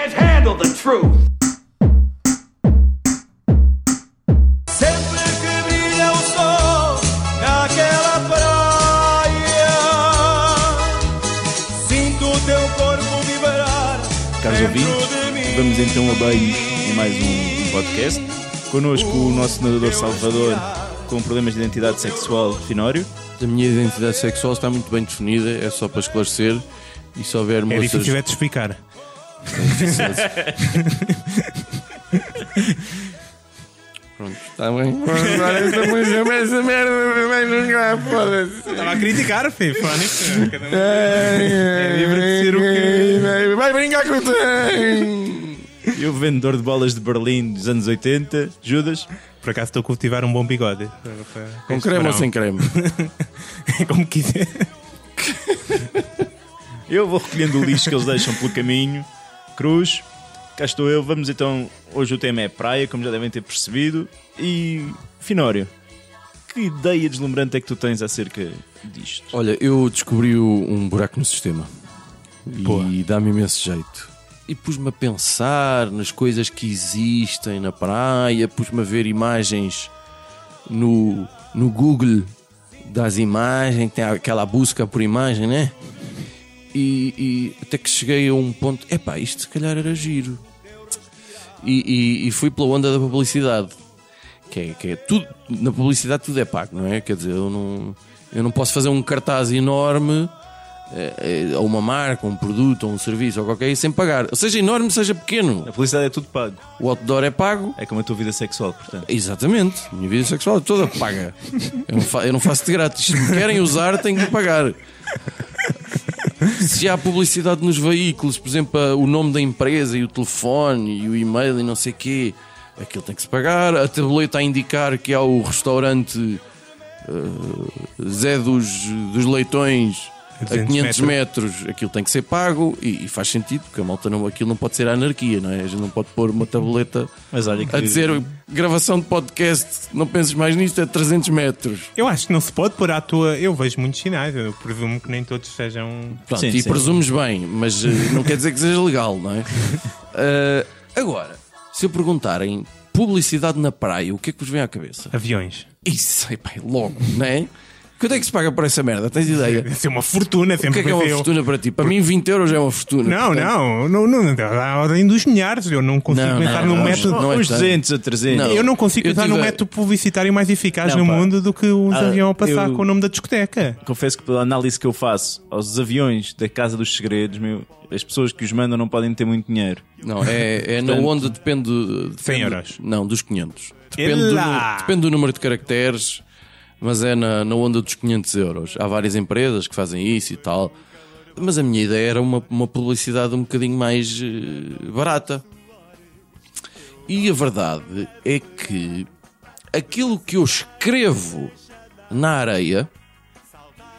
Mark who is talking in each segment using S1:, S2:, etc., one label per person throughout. S1: the truth.
S2: Sempre que brilha o sol é naquela praia, sinto o teu corpo vibrar.
S3: Caros
S2: dentro
S3: ouvintes,
S2: de mim.
S3: vamos então a banhos em mais um, um podcast. Connosco o nosso nadador Salvador com problemas de identidade sexual, Finório.
S4: A minha identidade sexual está muito bem definida, é só para esclarecer. E se houver
S5: É
S4: moças.
S5: difícil é te explicar.
S4: Pronto, está bem. Agora essa música, mas essa merda, vai jogar, foda-se.
S5: Estava a criticar, Fê, fónico. Cada um-
S4: É
S5: divertir o quê?
S4: Vai- Vai brincar com o trem!
S3: E o vendedor de bolas de Berlim dos anos 80, Judas.
S5: Por acaso estou a cultivar um bom bigode.
S4: Com creme ou sem creme?
S5: Como quiser.
S3: Eu vou recolhendo o lixo que eles deixam pelo caminho. Cruz, cá estou eu. Vamos então. Hoje o tema é praia, como já devem ter percebido. E. Finório, que ideia deslumbrante é que tu tens acerca disto?
S4: Olha, eu descobri o- um buraco no sistema.
S5: Boa.
S4: E dá-me imenso jeito. E pus-me a pensar nas coisas que existem na praia, pus-me a ver imagens no, no Google das imagens, tem aquela busca por imagem, né? E, e até que cheguei a um ponto, epá, isto se calhar era giro. E, e- e fui pela onda da publicidade. Que é, que é tudo, na publicidade tudo é pago, não é? Quer dizer, eu não, eu não posso fazer um cartaz enorme eh, eh, a uma marca, um produto, ou um serviço ou qualquer coisa sem pagar. Seja enorme, seja pequeno.
S3: A publicidade é tudo pago.
S4: O outdoor é pago.
S3: É como a tua vida sexual, portanto.
S4: Exatamente, minha vida sexual é toda paga. Eu não, fa- eu não faço de grátis. Se me querem usar, têm que pagar. Se há publicidade nos veículos, por exemplo, a- o nome da empresa e o telefone e o e-mail e não sei quê, aquilo tem que se pagar. A tabuleta a indicar que há o restaurante eh, Zé dos, dos Leitões a
S5: 200
S4: 500 metros. aquilo tem que ser pago e, e faz sentido, porque a malta não, aquilo não pode ser a anarquia, não é? A gente não pode pôr uma tabuleta
S3: Mas olha que.
S4: a dizer gravação de podcast, não penses mais nisto, é 300 metros.
S5: Eu acho que não se pode pôr à toa. Eu vejo muitos sinais. Eu presumo que nem todos sejam.
S4: Pronto,
S3: Sim,
S4: e
S3: sim.
S4: presumes bem, mas eh, não quer dizer que seja legal, não é? Eh, agora, se eu perguntarem publicidade na praia, o que é que vos vem à cabeça?
S5: Aviões.
S4: Isso, epá, logo, não é? Quanto é que se paga por essa merda? Tens ideia?
S5: Deve ser uma fortuna,
S4: O que
S5: sempre
S4: é que é uma
S5: pensei eu.
S4: fortuna para ti? Para mim, 20 euros é uma fortuna.
S5: Não,
S4: portanto,
S5: não, não, não, não, dá a ordem dos milhares. Eu não consigo
S4: Não,
S5: pensar
S4: não,
S5: num
S4: não,
S5: método.
S4: não é
S3: uns
S4: tanto.
S3: 200 a 300.
S4: Não.
S5: Eu não consigo
S4: Eu
S5: pensar
S4: tive
S5: num
S4: a-
S5: método publicitário mais eficaz
S3: Não,
S5: no
S3: pá.
S5: mundo do que uns
S3: Ah,
S5: aviões a passar
S3: eu-
S5: com o nome da discoteca.
S3: Confesso que pela análise que eu faço aos aviões da Casa dos Segredos, meu, as pessoas que os mandam não podem ter muito dinheiro.
S4: Não, é, é na
S3: Portanto,
S4: onda, depende. depende
S5: 100 euros.
S4: Não, dos 500. Depende do,
S5: Ela!
S4: depende do número de caracteres, mas é na, na onda dos 500 euros. Há várias empresas que fazem isso e tal. Mas a minha ideia era uma, uma publicidade um bocadinho mais eh, barata. E a verdade é que aquilo que eu escrevo na areia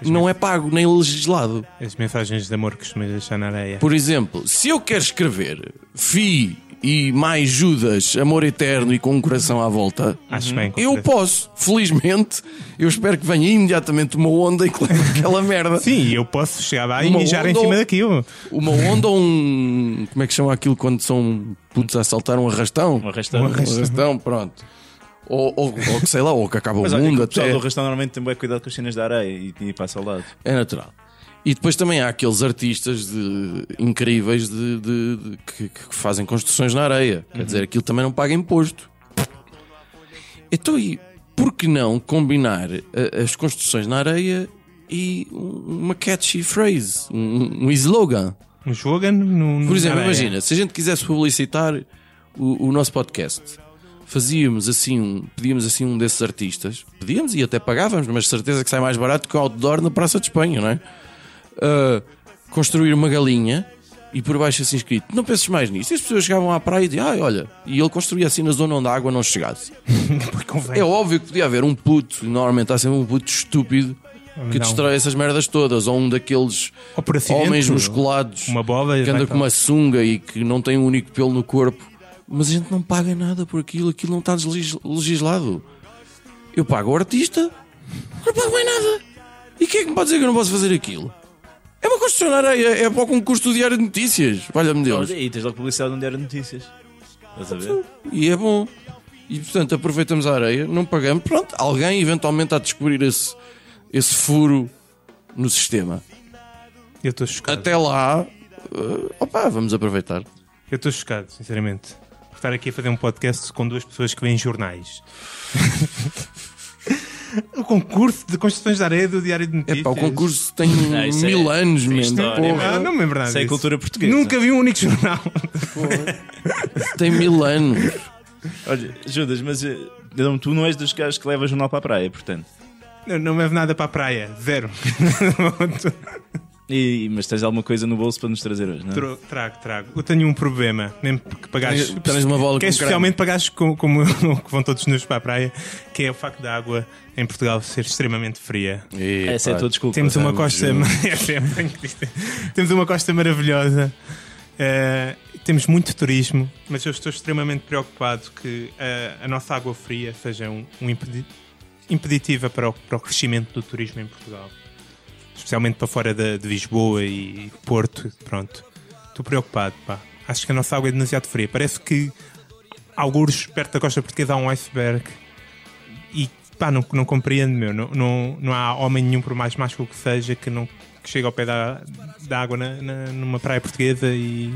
S4: não é pago nem legislado.
S5: As mensagens de amor que costumas deixar na areia.
S4: Por exemplo, se eu quero escrever Fi e mais Judas, amor eterno e com um coração à volta,
S5: Acho bem. com
S4: eu
S5: certeza.
S4: posso. Felizmente, eu espero que venha imediatamente uma onda e que leve aquela merda.
S5: Sim, eu posso chegar lá e
S4: Uma
S5: mijar em
S4: onda
S5: cima
S4: ou-
S5: daquilo.
S4: Uma onda ou um. Como é que chama aquilo quando são putos a assaltar um arrastão?
S3: Um arrastão.
S4: Um arrastão, pronto. Ou, ou, ou que sei lá, ou que acaba o
S3: Mas olha, que
S4: mundo
S3: o pessoal
S4: até.
S3: do arrastão normalmente tem bem cuidado com as cenas da areia e, e passa ao lado.
S4: É natural. E depois também há aqueles artistas de- incríveis de- de- de- que, que fazem construções na areia. Quer dizer, aquilo também não paga imposto. Então, e por que não combinar a- as construções na areia e um- uma catchy phrase, um, um slogan?
S5: Um slogan no, no
S4: Por exemplo,
S5: na areia.
S4: imagina, se a gente quisesse publicitar o, o nosso podcast, fazíamos assim, um, pedíamos assim um desses artistas, pedíamos e até pagávamos, mas certeza que sai mais barato que o outdoor na Praça de Espanha, não é? Ah, construir uma galinha e por baixo assim escrito, não penses mais nisso. E as pessoas chegavam à praia e diziam, ah, olha, e ele construía assim na zona onde a água não chegasse.
S5: Porque convém.
S4: É óbvio que podia haver um puto, e normalmente há sempre um puto estúpido que
S5: Não.
S4: destrói essas merdas todas, ou um daqueles
S5: Ou por acidente,
S4: homens
S5: ou
S4: musculados
S5: uma bola e
S4: que anda
S5: vai
S4: com
S5: tal.
S4: uma sunga e que não tem um único pelo no corpo, mas a gente não paga nada por aquilo, aquilo não está deslegis- legislado. Eu pago o artista, não pago mais nada. E quem é que me pode dizer que eu não posso fazer aquilo? É uma concessionária, é para o concurso do Diário de Notícias, valha-me Deus.
S3: E tens logo publicidade onde era notícias. Estás a ver?
S4: E é bom. E portanto aproveitamos a areia, não pagamos. Pronto, alguém eventualmente há de descobrir esse, esse furo no sistema.
S5: Eu estou chocado.
S4: Até lá, eh, opa, vamos aproveitar.
S5: Eu estou chocado, sinceramente. Por estar aqui a fazer um podcast com duas pessoas que veem jornais. o concurso de construções de areia do Diário de
S4: É
S5: Notícias.
S4: pá, o concurso tem
S3: Não, isso é-
S4: mil anos,
S3: isso é
S4: man.
S3: história,
S4: Porra.
S5: Ah, não me lembro nada
S3: Isso é
S5: disso.
S3: cultura portuguesa.
S5: Nunca vi um único jornal.
S4: Tem mil anos.
S3: Olha, Judas, mas eh, não, tu não és dos caras que leva jornal para a praia, portanto.
S5: não, não levo nada para a praia. Zero.
S3: E, mas tens alguma coisa no bolso para nos trazer hoje, não é?
S5: Tro- trago, trago. Eu tenho um problema. Nem que pagaste.
S4: Tens- tens uma bola
S5: que é
S4: com
S5: especialmente pagaste como, como eu, que vão todos nus para a praia, que é o facto da água em Portugal ser extremamente fria.
S3: Essa é a tua desculpa.
S5: Temos uma
S4: Vamos
S5: costa
S4: juntos.
S5: ma- Essa é muito triste. Temos uma costa maravilhosa. eh, temos muito turismo, mas eu estou extremamente preocupado que eh, a nossa água fria seja um, um impedi- impeditiva para o, para o crescimento do turismo em Portugal, especialmente para fora da- de Lisboa e Porto. Pronto, estou preocupado. Pá. Acho que a nossa água é demasiado fria. Parece que alguns perto da costa portuguesa há um iceberg e pá, não, não compreendo, meu. Não, não, não há homem nenhum, por mais másculo que seja, que não que chegue ao pé da, da água na, na- numa praia portuguesa e,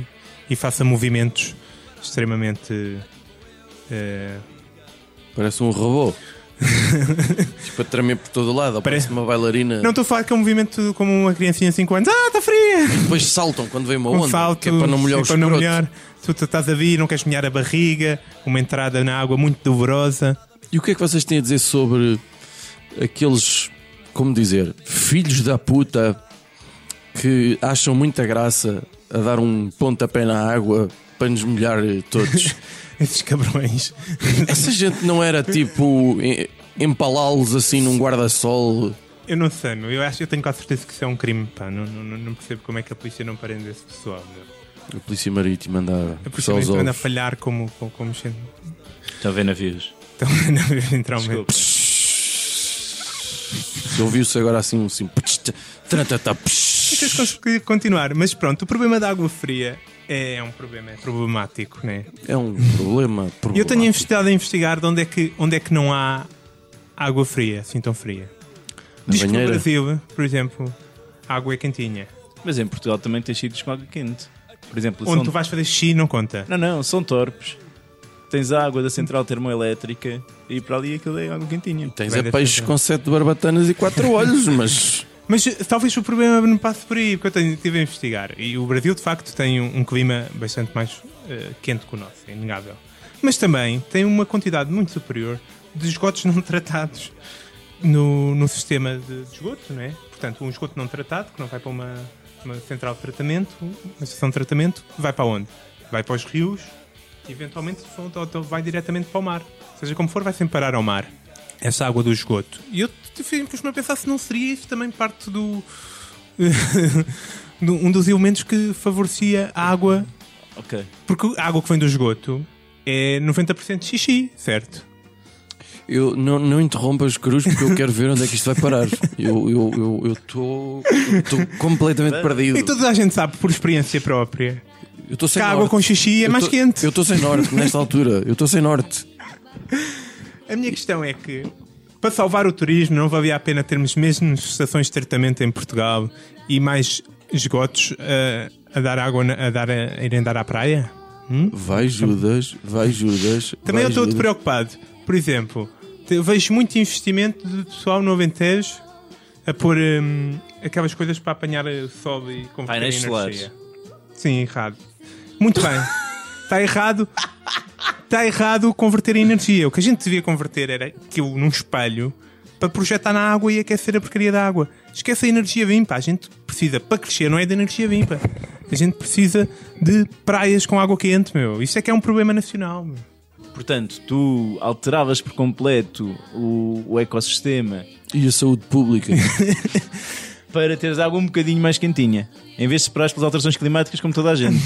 S5: e faça movimentos extremamente. eh,
S4: Parece um robô. tipo a tremer por todo lado, ou parece
S5: Parece-
S4: uma bailarina.
S5: Não estou a falar que é um movimento como uma criancinha de 5 anos. Ah, está fria!
S4: Depois saltam quando vem uma
S5: Um
S4: onda.
S5: salto.
S4: que é para não molhar os
S5: para não
S4: escroto.
S5: molhar. Tu, tu estás a vir, não queres molhar a barriga. Uma entrada na água muito dolorosa.
S4: E o que é que vocês têm a dizer sobre aqueles, como dizer, filhos da puta que acham muita graça a dar um pontapé na água para nos molhar eh, todos?
S5: Esses cabrões.
S4: Essa gente não era tipo em- empalá-los assim num guarda-sol?
S5: Eu não sei, meu. Eu, acho, eu tenho quase certeza que isso é um crime, pá. Não, não, não percebo como é que a polícia não prende esse pessoal, meu.
S4: A polícia marítima andava
S5: É por isso
S4: só os
S5: que anda a
S4: ovos.
S5: falhar como, como, como sendo.
S3: Está a ver navios.
S5: Então, não, literalmente.
S3: Desculpa.
S4: Ouviu-se agora assim um assim. psh, tch, tratata, psh.
S5: Vocês conseguem continuar, mas pronto, o problema da água fria é um problema, é problemático, né?
S4: É um problema.
S5: E eu tenho
S4: problemático.
S5: investido a investigar de onde é que, onde é que não há água fria, assim tão fria. Diz que no
S4: banheira?
S5: Brasil, por exemplo, a água é quentinha.
S3: Mas em Portugal também tens sítios com água quente. Por exemplo,
S5: Onde
S3: São...
S5: tu vais fazer xixi não conta.
S3: Não, não, são torpes. Tens a água da central termoelétrica e para ali aquilo é água quentinha.
S4: Tens
S5: Vai
S4: a
S5: dar
S4: peixes
S5: certeza.
S4: com sete barbatanas e quatro olhos, mas.
S5: Mas eh, talvez o problema não passe por aí, porque eu tenho, estive a investigar. E o Brasil, de facto, tem um, um clima bastante mais eh, quente que o nosso, é inegável. Mas também tem uma quantidade muito superior de esgotos não tratados no, no sistema de, de esgoto, não é? Portanto, um esgoto não tratado, que não vai para uma, uma central de tratamento, uma estação de tratamento, vai para onde? Vai para os rios e, eventualmente, vão- ou- ou vai diretamente para o mar. Seja como for, vai sempre parar ao mar essa água do esgoto. E eu te- te- pus-me a pensar se não seria isso também parte do. do- um dos elementos que favorecia a água.
S3: Ok.
S5: Porque a água que vem do esgoto é 90% xixi, certo?
S4: Eu não, não interrompas cruz porque eu quero ver onde é que isto vai parar. Eu estou eu, eu tô- eu tô completamente perdido.
S5: E toda a gente sabe por experiência própria
S4: Eu estou
S5: que
S4: sem
S5: a água
S4: norte.
S5: com xixi é
S4: Eu
S5: mais
S4: tô-
S5: quente.
S4: Eu estou sem norte nesta altura. Eu estou sem norte.
S5: A minha questão é que, para salvar o turismo, não valia a pena termos mesmo estações de tratamento em Portugal e mais esgotos eh, a dar água, na- a, dar, a irem dar à praia?
S4: Vai Judas, vai Judas.
S5: Também eu
S4: vai,
S5: estou
S4: Judas.
S5: preocupado. Por exemplo, te- vejo muito investimento de pessoal no Alentejo a pôr hum, aquelas coisas para apanhar o sol e converter
S3: Painéis
S5: em
S3: solares.
S5: energia. Sim, errado. Muito bem. Está errado. Está errado converter em energia. O que a gente devia converter era aquilo num espelho para projetar na água e aquecer a porcaria da água. Esquece a energia limpa. A gente precisa, para crescer, não é de energia limpa. A gente precisa de praias com água quente, meu. Isso é que é um problema nacional, meu.
S3: Portanto, tu alteravas por completo o, o ecossistema
S4: E a saúde pública.
S3: para teres água um bocadinho mais quentinha. Em vez de esperar pelas alterações climáticas como toda a gente.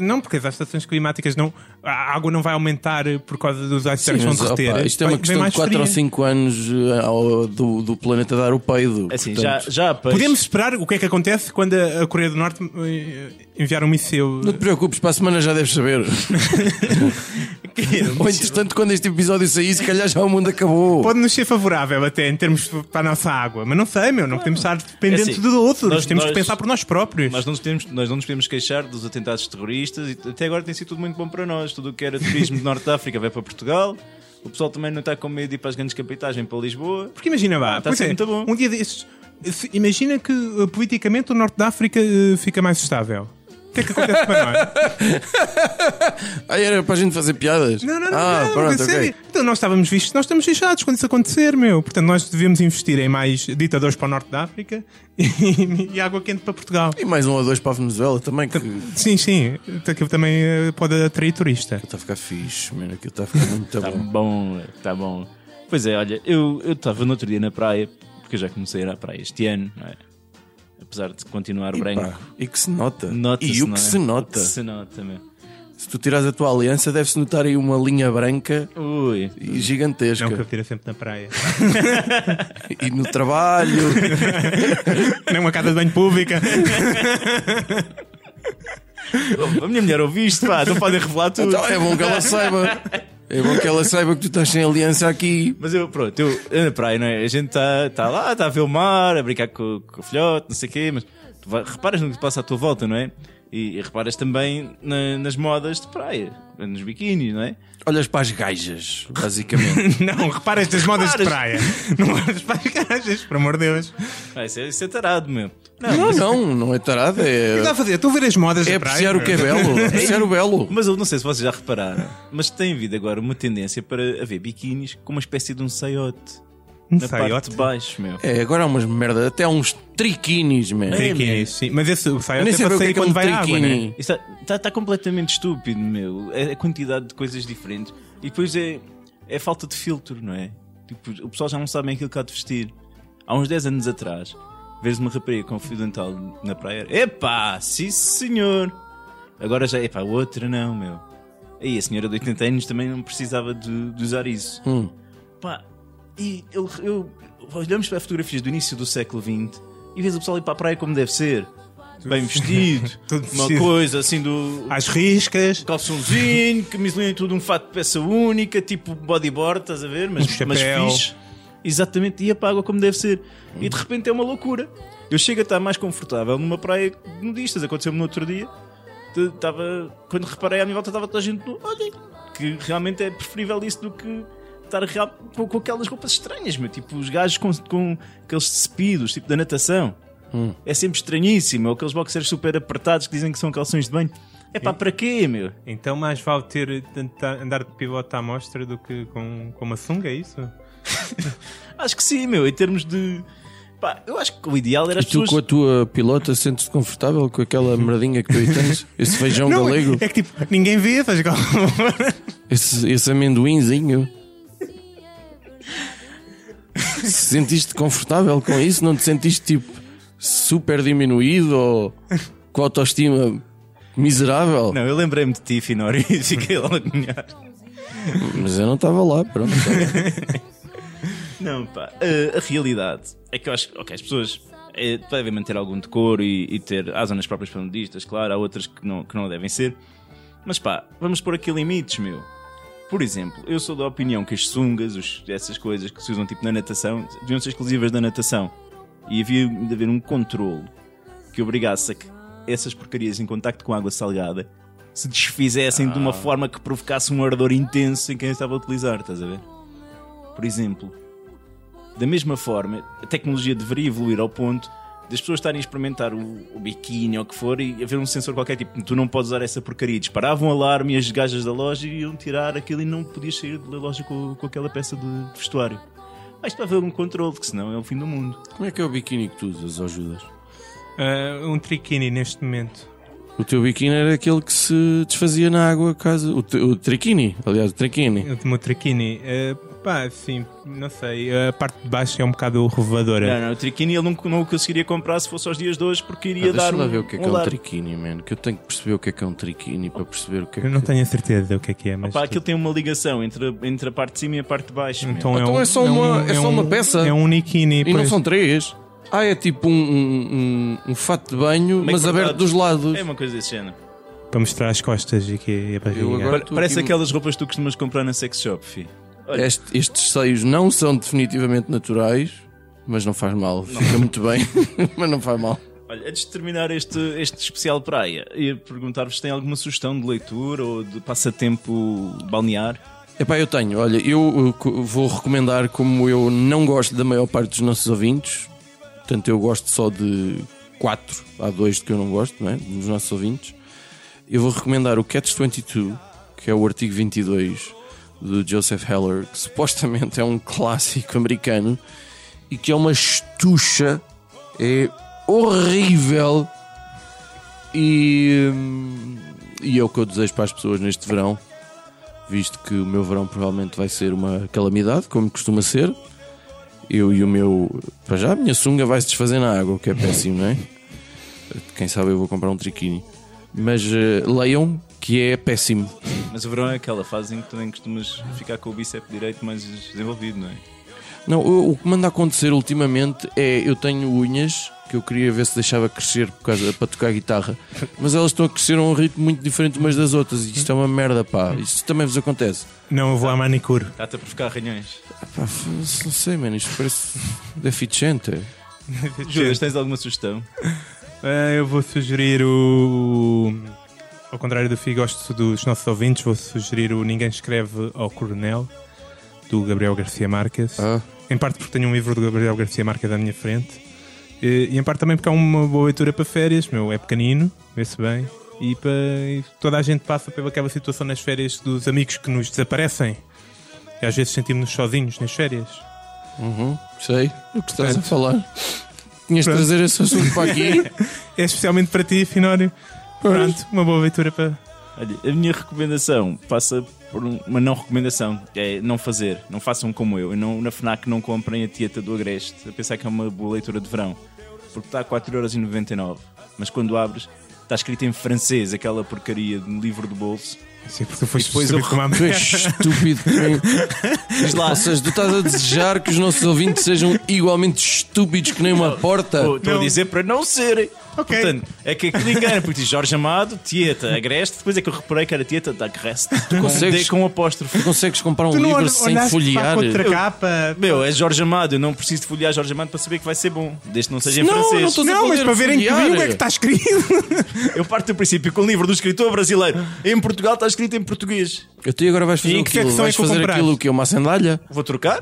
S5: Não, porque as estações climáticas não. A água não vai aumentar eh, por causa dos icebergs que vão
S4: mas,
S5: derreter.
S4: opa, isto é uma
S5: Vai- vem
S4: questão de
S5: mais
S4: 4 ou
S5: fria.
S4: 5 anos eh, ao- do, do planeta dar o peido.
S3: É Assim, já,
S4: portanto.
S3: já há peixe.
S5: Podemos esperar o que é que acontece quando a a Coreia do Norte eh, enviar um míssil.
S4: Não te preocupes, para a semana já deves saber. Ou entretanto, quando este episódio sair, se calhar já o mundo acabou.
S5: Pode nos ser favorável até em termos para a nossa água, mas não sei, meu. Não podemos estar dependentes
S3: É assim,
S5: de outros.
S3: nós-
S5: temos
S3: nós-
S5: que pensar por nós próprios.
S3: Mas não nos, podemos, nós não nos podemos queixar dos atentados terroristas e até agora tem sido tudo muito bom para nós. Tudo o que era turismo de Norte de África vai para Portugal. O pessoal também não está com medo de ir para as grandes capitais, vem para Lisboa.
S5: Porque imagina, vá,
S3: Ah, tá
S5: pois
S3: sendo
S5: é,
S3: muito bom.
S5: um dia desses. se- Imagina que eh, politicamente o Norte da África eh, fica mais estável. O que é que acontece para nós?
S4: Ah, era para a gente fazer piadas?
S5: Não, não, não,
S4: Ah,
S5: não,
S4: pronto,
S5: a
S4: ok.
S5: sério. Então nós estávamos vistos, nós estamos fechados quando isso acontecer, meu. Portanto, nós devemos investir em mais ditadores para o norte da África e, e água quente para Portugal.
S4: E mais um ou dois para a Venezuela também, que está
S5: Sim, sim, aquilo também eh, pode atrair turista.
S4: a ficar fixe, mano. Aquilo está a ficar muito
S3: Tá
S4: bom.
S3: bom, tá bom. Pois é, olha, eu eu estava no outro dia na praia, porque eu já comecei a ir à praia este ano, não é? Apesar de continuar branco.
S4: Pá, e que se nota.
S3: Nota-se,
S4: e o
S3: não
S4: que
S3: é?
S4: se nota.
S3: O que se nota mesmo.
S4: Se tu tirares a tua aliança, deve-se notar aí uma linha branca
S3: Ui,
S4: e
S5: Não que
S4: gigantesca.
S5: eu tira sempre na praia.
S4: E no trabalho.
S5: Nem uma casa de banho pública.
S3: a minha mulher ouviste, pá, não podem revelar tudo.
S4: Então, é bom que ela saiba. É bom que ela saiba que tu estás sem aliança aqui.
S3: Mas eu, pronto, eu eu na praia, não é? A gente está tá lá, está a ver o mar, a brincar com, com o filhote, não sei o quê, mas tu vai- reparas no que se passa à tua volta, não é? E, e reparas também na- nas modas de praia, nos biquínis, não é?
S4: Olhas para as gajas, basicamente.
S5: Não, repara estas modas de praia.
S3: Reparas.
S5: Não olhas para as gajas, por amor de Deus.
S3: Ah, isso, é, isso é tarado mesmo.
S4: não, não, não é tarada.
S5: O que está
S4: É,
S5: a fazer? Estou a ver as modas
S4: é
S5: da praia.
S4: apreciar o que é belo. Apreciar o belo.
S3: Mas eu não sei se vocês já repararam, mas tem havido agora uma tendência para haver biquínis com uma espécie de um saiote
S5: Um
S3: na parte
S5: saiote.
S3: de baixo, meu.
S4: É, agora há umas merda, até há uns triquinis, man.
S5: Triquinis, sim. Mas esse o
S4: né? Eu
S5: saiote
S4: nem
S5: é
S4: sei
S5: para
S4: bem o que é
S5: sair
S4: que é
S5: quando
S4: um
S5: vai água, né?
S4: triquini.
S3: Está tá, tá completamente estúpido, meu. É a quantidade de coisas diferentes. E depois é, é a falta de filtro, não é? Tipo, o pessoal já não sabe bem aquilo que há de vestir. Há uns 10 anos atrás, vês uma rapariga com um fio dental na praia. Epá, sim senhor! Agora já, epá, outra não, meu. E a senhora de 80 anos também não precisava de, de usar isso.
S4: Hum.
S3: Pá, e eu, eu- olhamos para fotografias do início do século XX e vês o pessoal ir para a praia como deve ser. Bem vestido,
S5: Tudo
S3: uma
S5: vestido.
S3: coisa assim do
S5: Às riscas.
S3: calçãozinho, camisolinha e tudo, um fato de peça única, tipo bodyboard, estás a ver? Mas,
S5: Um chapéu.
S3: mas fixe. Exatamente, e apaga como deve ser. E de repente é uma loucura. Eu chego a estar mais confortável numa praia de nudistas, aconteceu-me no outro dia. Te- Tava, quando reparei à minha volta, estava toda a gente no. Olhem, que realmente é preferível isso do que estar real, com, com aquelas roupas estranhas, meu. Tipo os gajos com, com aqueles cepidos, tipo da natação.
S5: Hum.
S3: É sempre estranhíssimo. Ou aqueles boxers super apertados que dizem que são calções de banho. É pá, para quê, meu?
S5: Então mais vale ter tentar andar de pivote à mostra do que com, com uma sunga, é isso?
S3: Acho que sim, meu, em termos de. Pá, eu acho que o ideal era
S4: E
S3: as
S4: tu
S3: pessoas.
S4: com a tua pilota sentes-te confortável com aquela merdinha que tu aí tens? Esse feijão um galego?
S5: é que tipo, ninguém vê, faz igual.
S4: Esse, esse amendoinzinho? sentiste confortável com isso? Não te sentiste tipo super diminuído ou com autoestima miserável?
S3: Não, eu lembrei-me de ti, Finório, e fiquei logo melhor.
S4: Mas eu não estava lá, pronto.
S3: Não, pá, Eh, a, a realidade é que eu acho que ok, as pessoas eh, devem manter algum decoro e, e ter. Há zonas próprias para nudistas, claro, há outras que não, que não devem ser. Mas pá, vamos pôr aqui limites, meu. Por exemplo, eu sou da opinião que as sungas, os- essas coisas que se usam tipo na natação, deviam ser exclusivas da natação. E havia de haver um controle que obrigasse a que essas porcarias em contacto com água salgada se desfizessem de uma forma que provocasse um ardor intenso em quem estava a utilizar, estás a ver? Por exemplo, da mesma forma, a tecnologia deveria evoluir ao ponto das pessoas estarem a experimentar o, o biquíni ou o que for e haver um sensor qualquer tipo, tu não podes usar essa porcaria. Disparavam um alarme e as gajas da loja iam tirar aquilo e não podias sair da loja com, com aquela peça de vestuário. Mas para haver um controle, que senão é o fim do mundo.
S4: Como é que é o biquíni que tu usas, ó Judas?
S5: Ah, um triquini neste momento.
S4: O teu biquíni era aquele que se desfazia na água caso. O, te- o triquini, aliás, o triquini.
S5: O Motriquini, Ah, pá, sim, não sei. A parte de baixo é um bocado
S3: Não,
S5: reveladora.
S3: não, o Triquini ele não, não o conseguiria comprar se fosse aos dias de hoje porque iria
S4: Ah,
S3: dar
S4: Deixa
S3: um,
S4: lá ver o que é que é
S3: um
S4: um
S3: lar.
S4: triquini, man. Que eu tenho que perceber o que é que é um triquini para perceber o que é que
S5: Eu não tenho a certeza do que é que é, mas.
S3: Pá, aquilo tem uma ligação entre, a- entre a parte de cima e a parte de baixo. man.
S5: Então,
S4: Então é só uma- é só uma peça?
S5: É um Nikini.
S4: E não
S5: pois.
S4: são três. Ah, é tipo um, um, um- um fato de banho,
S3: Meio
S4: mas aberto
S3: cortado.
S4: dos lados.
S3: É uma coisa desse género.
S5: Para mostrar as costas e, que, é e a barriga.
S4: Eu agora- Estou
S3: Parece
S4: aqui-
S3: aquelas roupas que tu costumas comprar na sex shop, fi. Olha,
S4: Este- estes seios não são definitivamente naturais, mas não faz mal. Fica muito bem, mas não faz mal.
S3: olha, antes de terminar este, este especial praia, ia perguntar-vos se tem alguma sugestão de leitura ou de passatempo balnear.
S4: Epá, eu tenho. Olha, eu uh, co- vou recomendar, como eu não gosto da maior parte dos nossos ouvintes, portanto eu gosto só de quatro, há dois que eu não gosto, não é? Dos nossos ouvintes. Eu vou recomendar o Catch 22, que é o artigo 22 do Joseph Heller, que supostamente é um clássico americano e que é uma estucha, é horrível e, hum, e é o que eu desejo para as pessoas neste verão visto que o meu verão provavelmente vai ser uma calamidade, como costuma ser. Eu e o meu. Para já, a minha sunga vai se desfazer na água, o que é péssimo, não é? Quem sabe eu vou comprar um triquini. Mas eh, leiam que é péssimo.
S3: Mas o verão é aquela fase em que tu nem costumas ficar com o bíceps direito mais desenvolvido, não é?
S4: Não, o, o que manda acontecer ultimamente é eu tenho unhas que eu queria ver se deixava crescer por causa, para tocar guitarra, mas elas estão a crescer a um ritmo muito diferente umas das outras e isto é uma merda, pá. Isto também vos acontece.
S5: Não, eu vou à manicure.
S3: Está-te a provocar ranhões.
S4: Pá, f- não sei, mano, isto parece deficiente.
S3: Judas, tens alguma sugestão?
S5: Eh, eu vou sugerir o. Ao contrário do Fih, gosto dos nossos ouvintes, vou sugerir o Ninguém Escreve ao Coronel, do Gabriel Garcia Marques.
S4: Ah.
S5: Em parte porque tenho um livro do Gabriel Garcia Marques à minha frente. E, e em parte também porque é uma boa leitura para férias, meu. É pequenino, vê-se bem. E, para, e toda a gente passa pela aquela situação nas férias dos amigos que nos desaparecem. E às vezes sentimos-nos sozinhos nas férias.
S4: Uhum, sei o que estás a
S5: Portanto.
S4: falar. Tinhas de
S5: Pronto.
S4: trazer esse assunto para aqui.
S5: É especialmente para ti, Finório. Pronto, uma boa leitura para.
S3: Olha, a minha recomendação passa por um- uma não recomendação, é não fazer, não façam como eu. Eu não- na FNAC não comprem a Tieta do Agreste, a pensar que é uma boa leitura de verão, porque está a 4,99€, mas quando abres está escrito em francês, aquela porcaria de um livro de bolso.
S5: Sim, porque tu foste
S3: depois
S5: distribuído
S3: eu-
S5: como a
S4: Tu és estúpido. Ou seja, tu estás a desejar que os nossos ouvintes sejam igualmente estúpidos que nem uma porta.
S3: Pô, Estou a
S5: Não.
S3: dizer para não serem.
S5: Ok.
S3: Portanto, é que aquilo engana, porque diz Jorge Amado, Tieta Agreste, depois é que eu reparei que era Tieta da Agreste. Tu
S4: consegues-
S3: com um apóstrofe.
S4: Consegues comprar um livro sem folhear?
S5: capa.
S3: Meu, é Jorge Amado, eu não preciso de folhear Jorge Amado para saber que vai ser bom, desde que não seja em
S4: Não,
S3: francês.
S4: não estou a dizer
S5: Não, mas
S4: folhear,
S5: para verem que
S4: folhear.
S5: livro é que está escrito.
S3: Eu parto do princípio que o livro do escritor brasileiro em Portugal está escrito em português.
S4: Eu te agora vais fazer
S5: E em que
S4: aquilo.
S5: secção é
S4: Vais
S5: que eu
S4: fazer
S5: compraste?
S4: aquilo que é uma sandália?
S3: Vou trocar?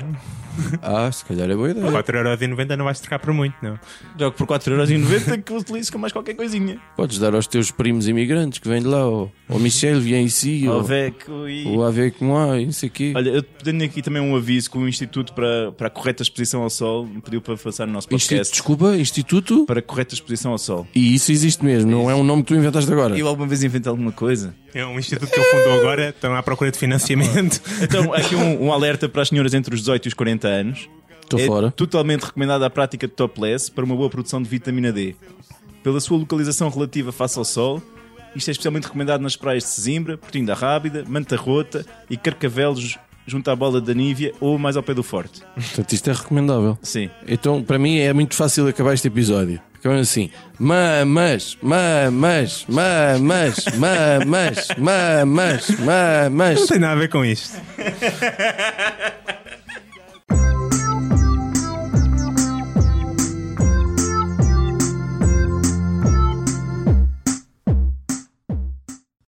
S4: Ah, se calhar é boa ideia.
S5: 4,90€ não vais trocar por muito, não.
S3: Jogo por 4,90€ que utilizo com mais qualquer coisinha.
S4: Podes dar aos teus primos imigrantes que vêm de lá, ou, ou Michel vem ici,
S3: Ao
S4: ou,
S3: Veco e-
S4: ou a ver com a, e não sei o quê.
S3: Olha, eu tenho aqui também um aviso que o Instituto para, para a Correta Exposição ao Sol me pediu para passar no nosso podcast.
S4: Instituto, desculpa, Instituto.
S3: Para a Correta Exposição ao Sol.
S4: E isso existe mesmo, não é um nome que tu inventaste agora.
S3: Eu alguma vez inventei alguma coisa?
S5: É um instituto que eu fundou agora, estão à procura de financiamento.
S3: Então, aqui um, um alerta para as senhoras entre os 18 e os 40 anos.
S4: Estou
S3: é
S4: fora.
S3: totalmente recomendada a prática de topless para uma boa produção de vitamina D. Pela sua localização relativa face ao sol, isto é especialmente recomendado nas praias de Sesimbra, Portinho da Rábida, Manta Rota e Carcavelos junto à bola da Nívia ou mais ao pé do Forte.
S4: Portanto, isto é recomendável.
S3: Sim.
S4: Então, para mim, é muito fácil acabar este episódio. Acabando assim. Mamas, mamas, mamas, mamas, mamas, mamas.
S5: Não tem nada a ver com isto.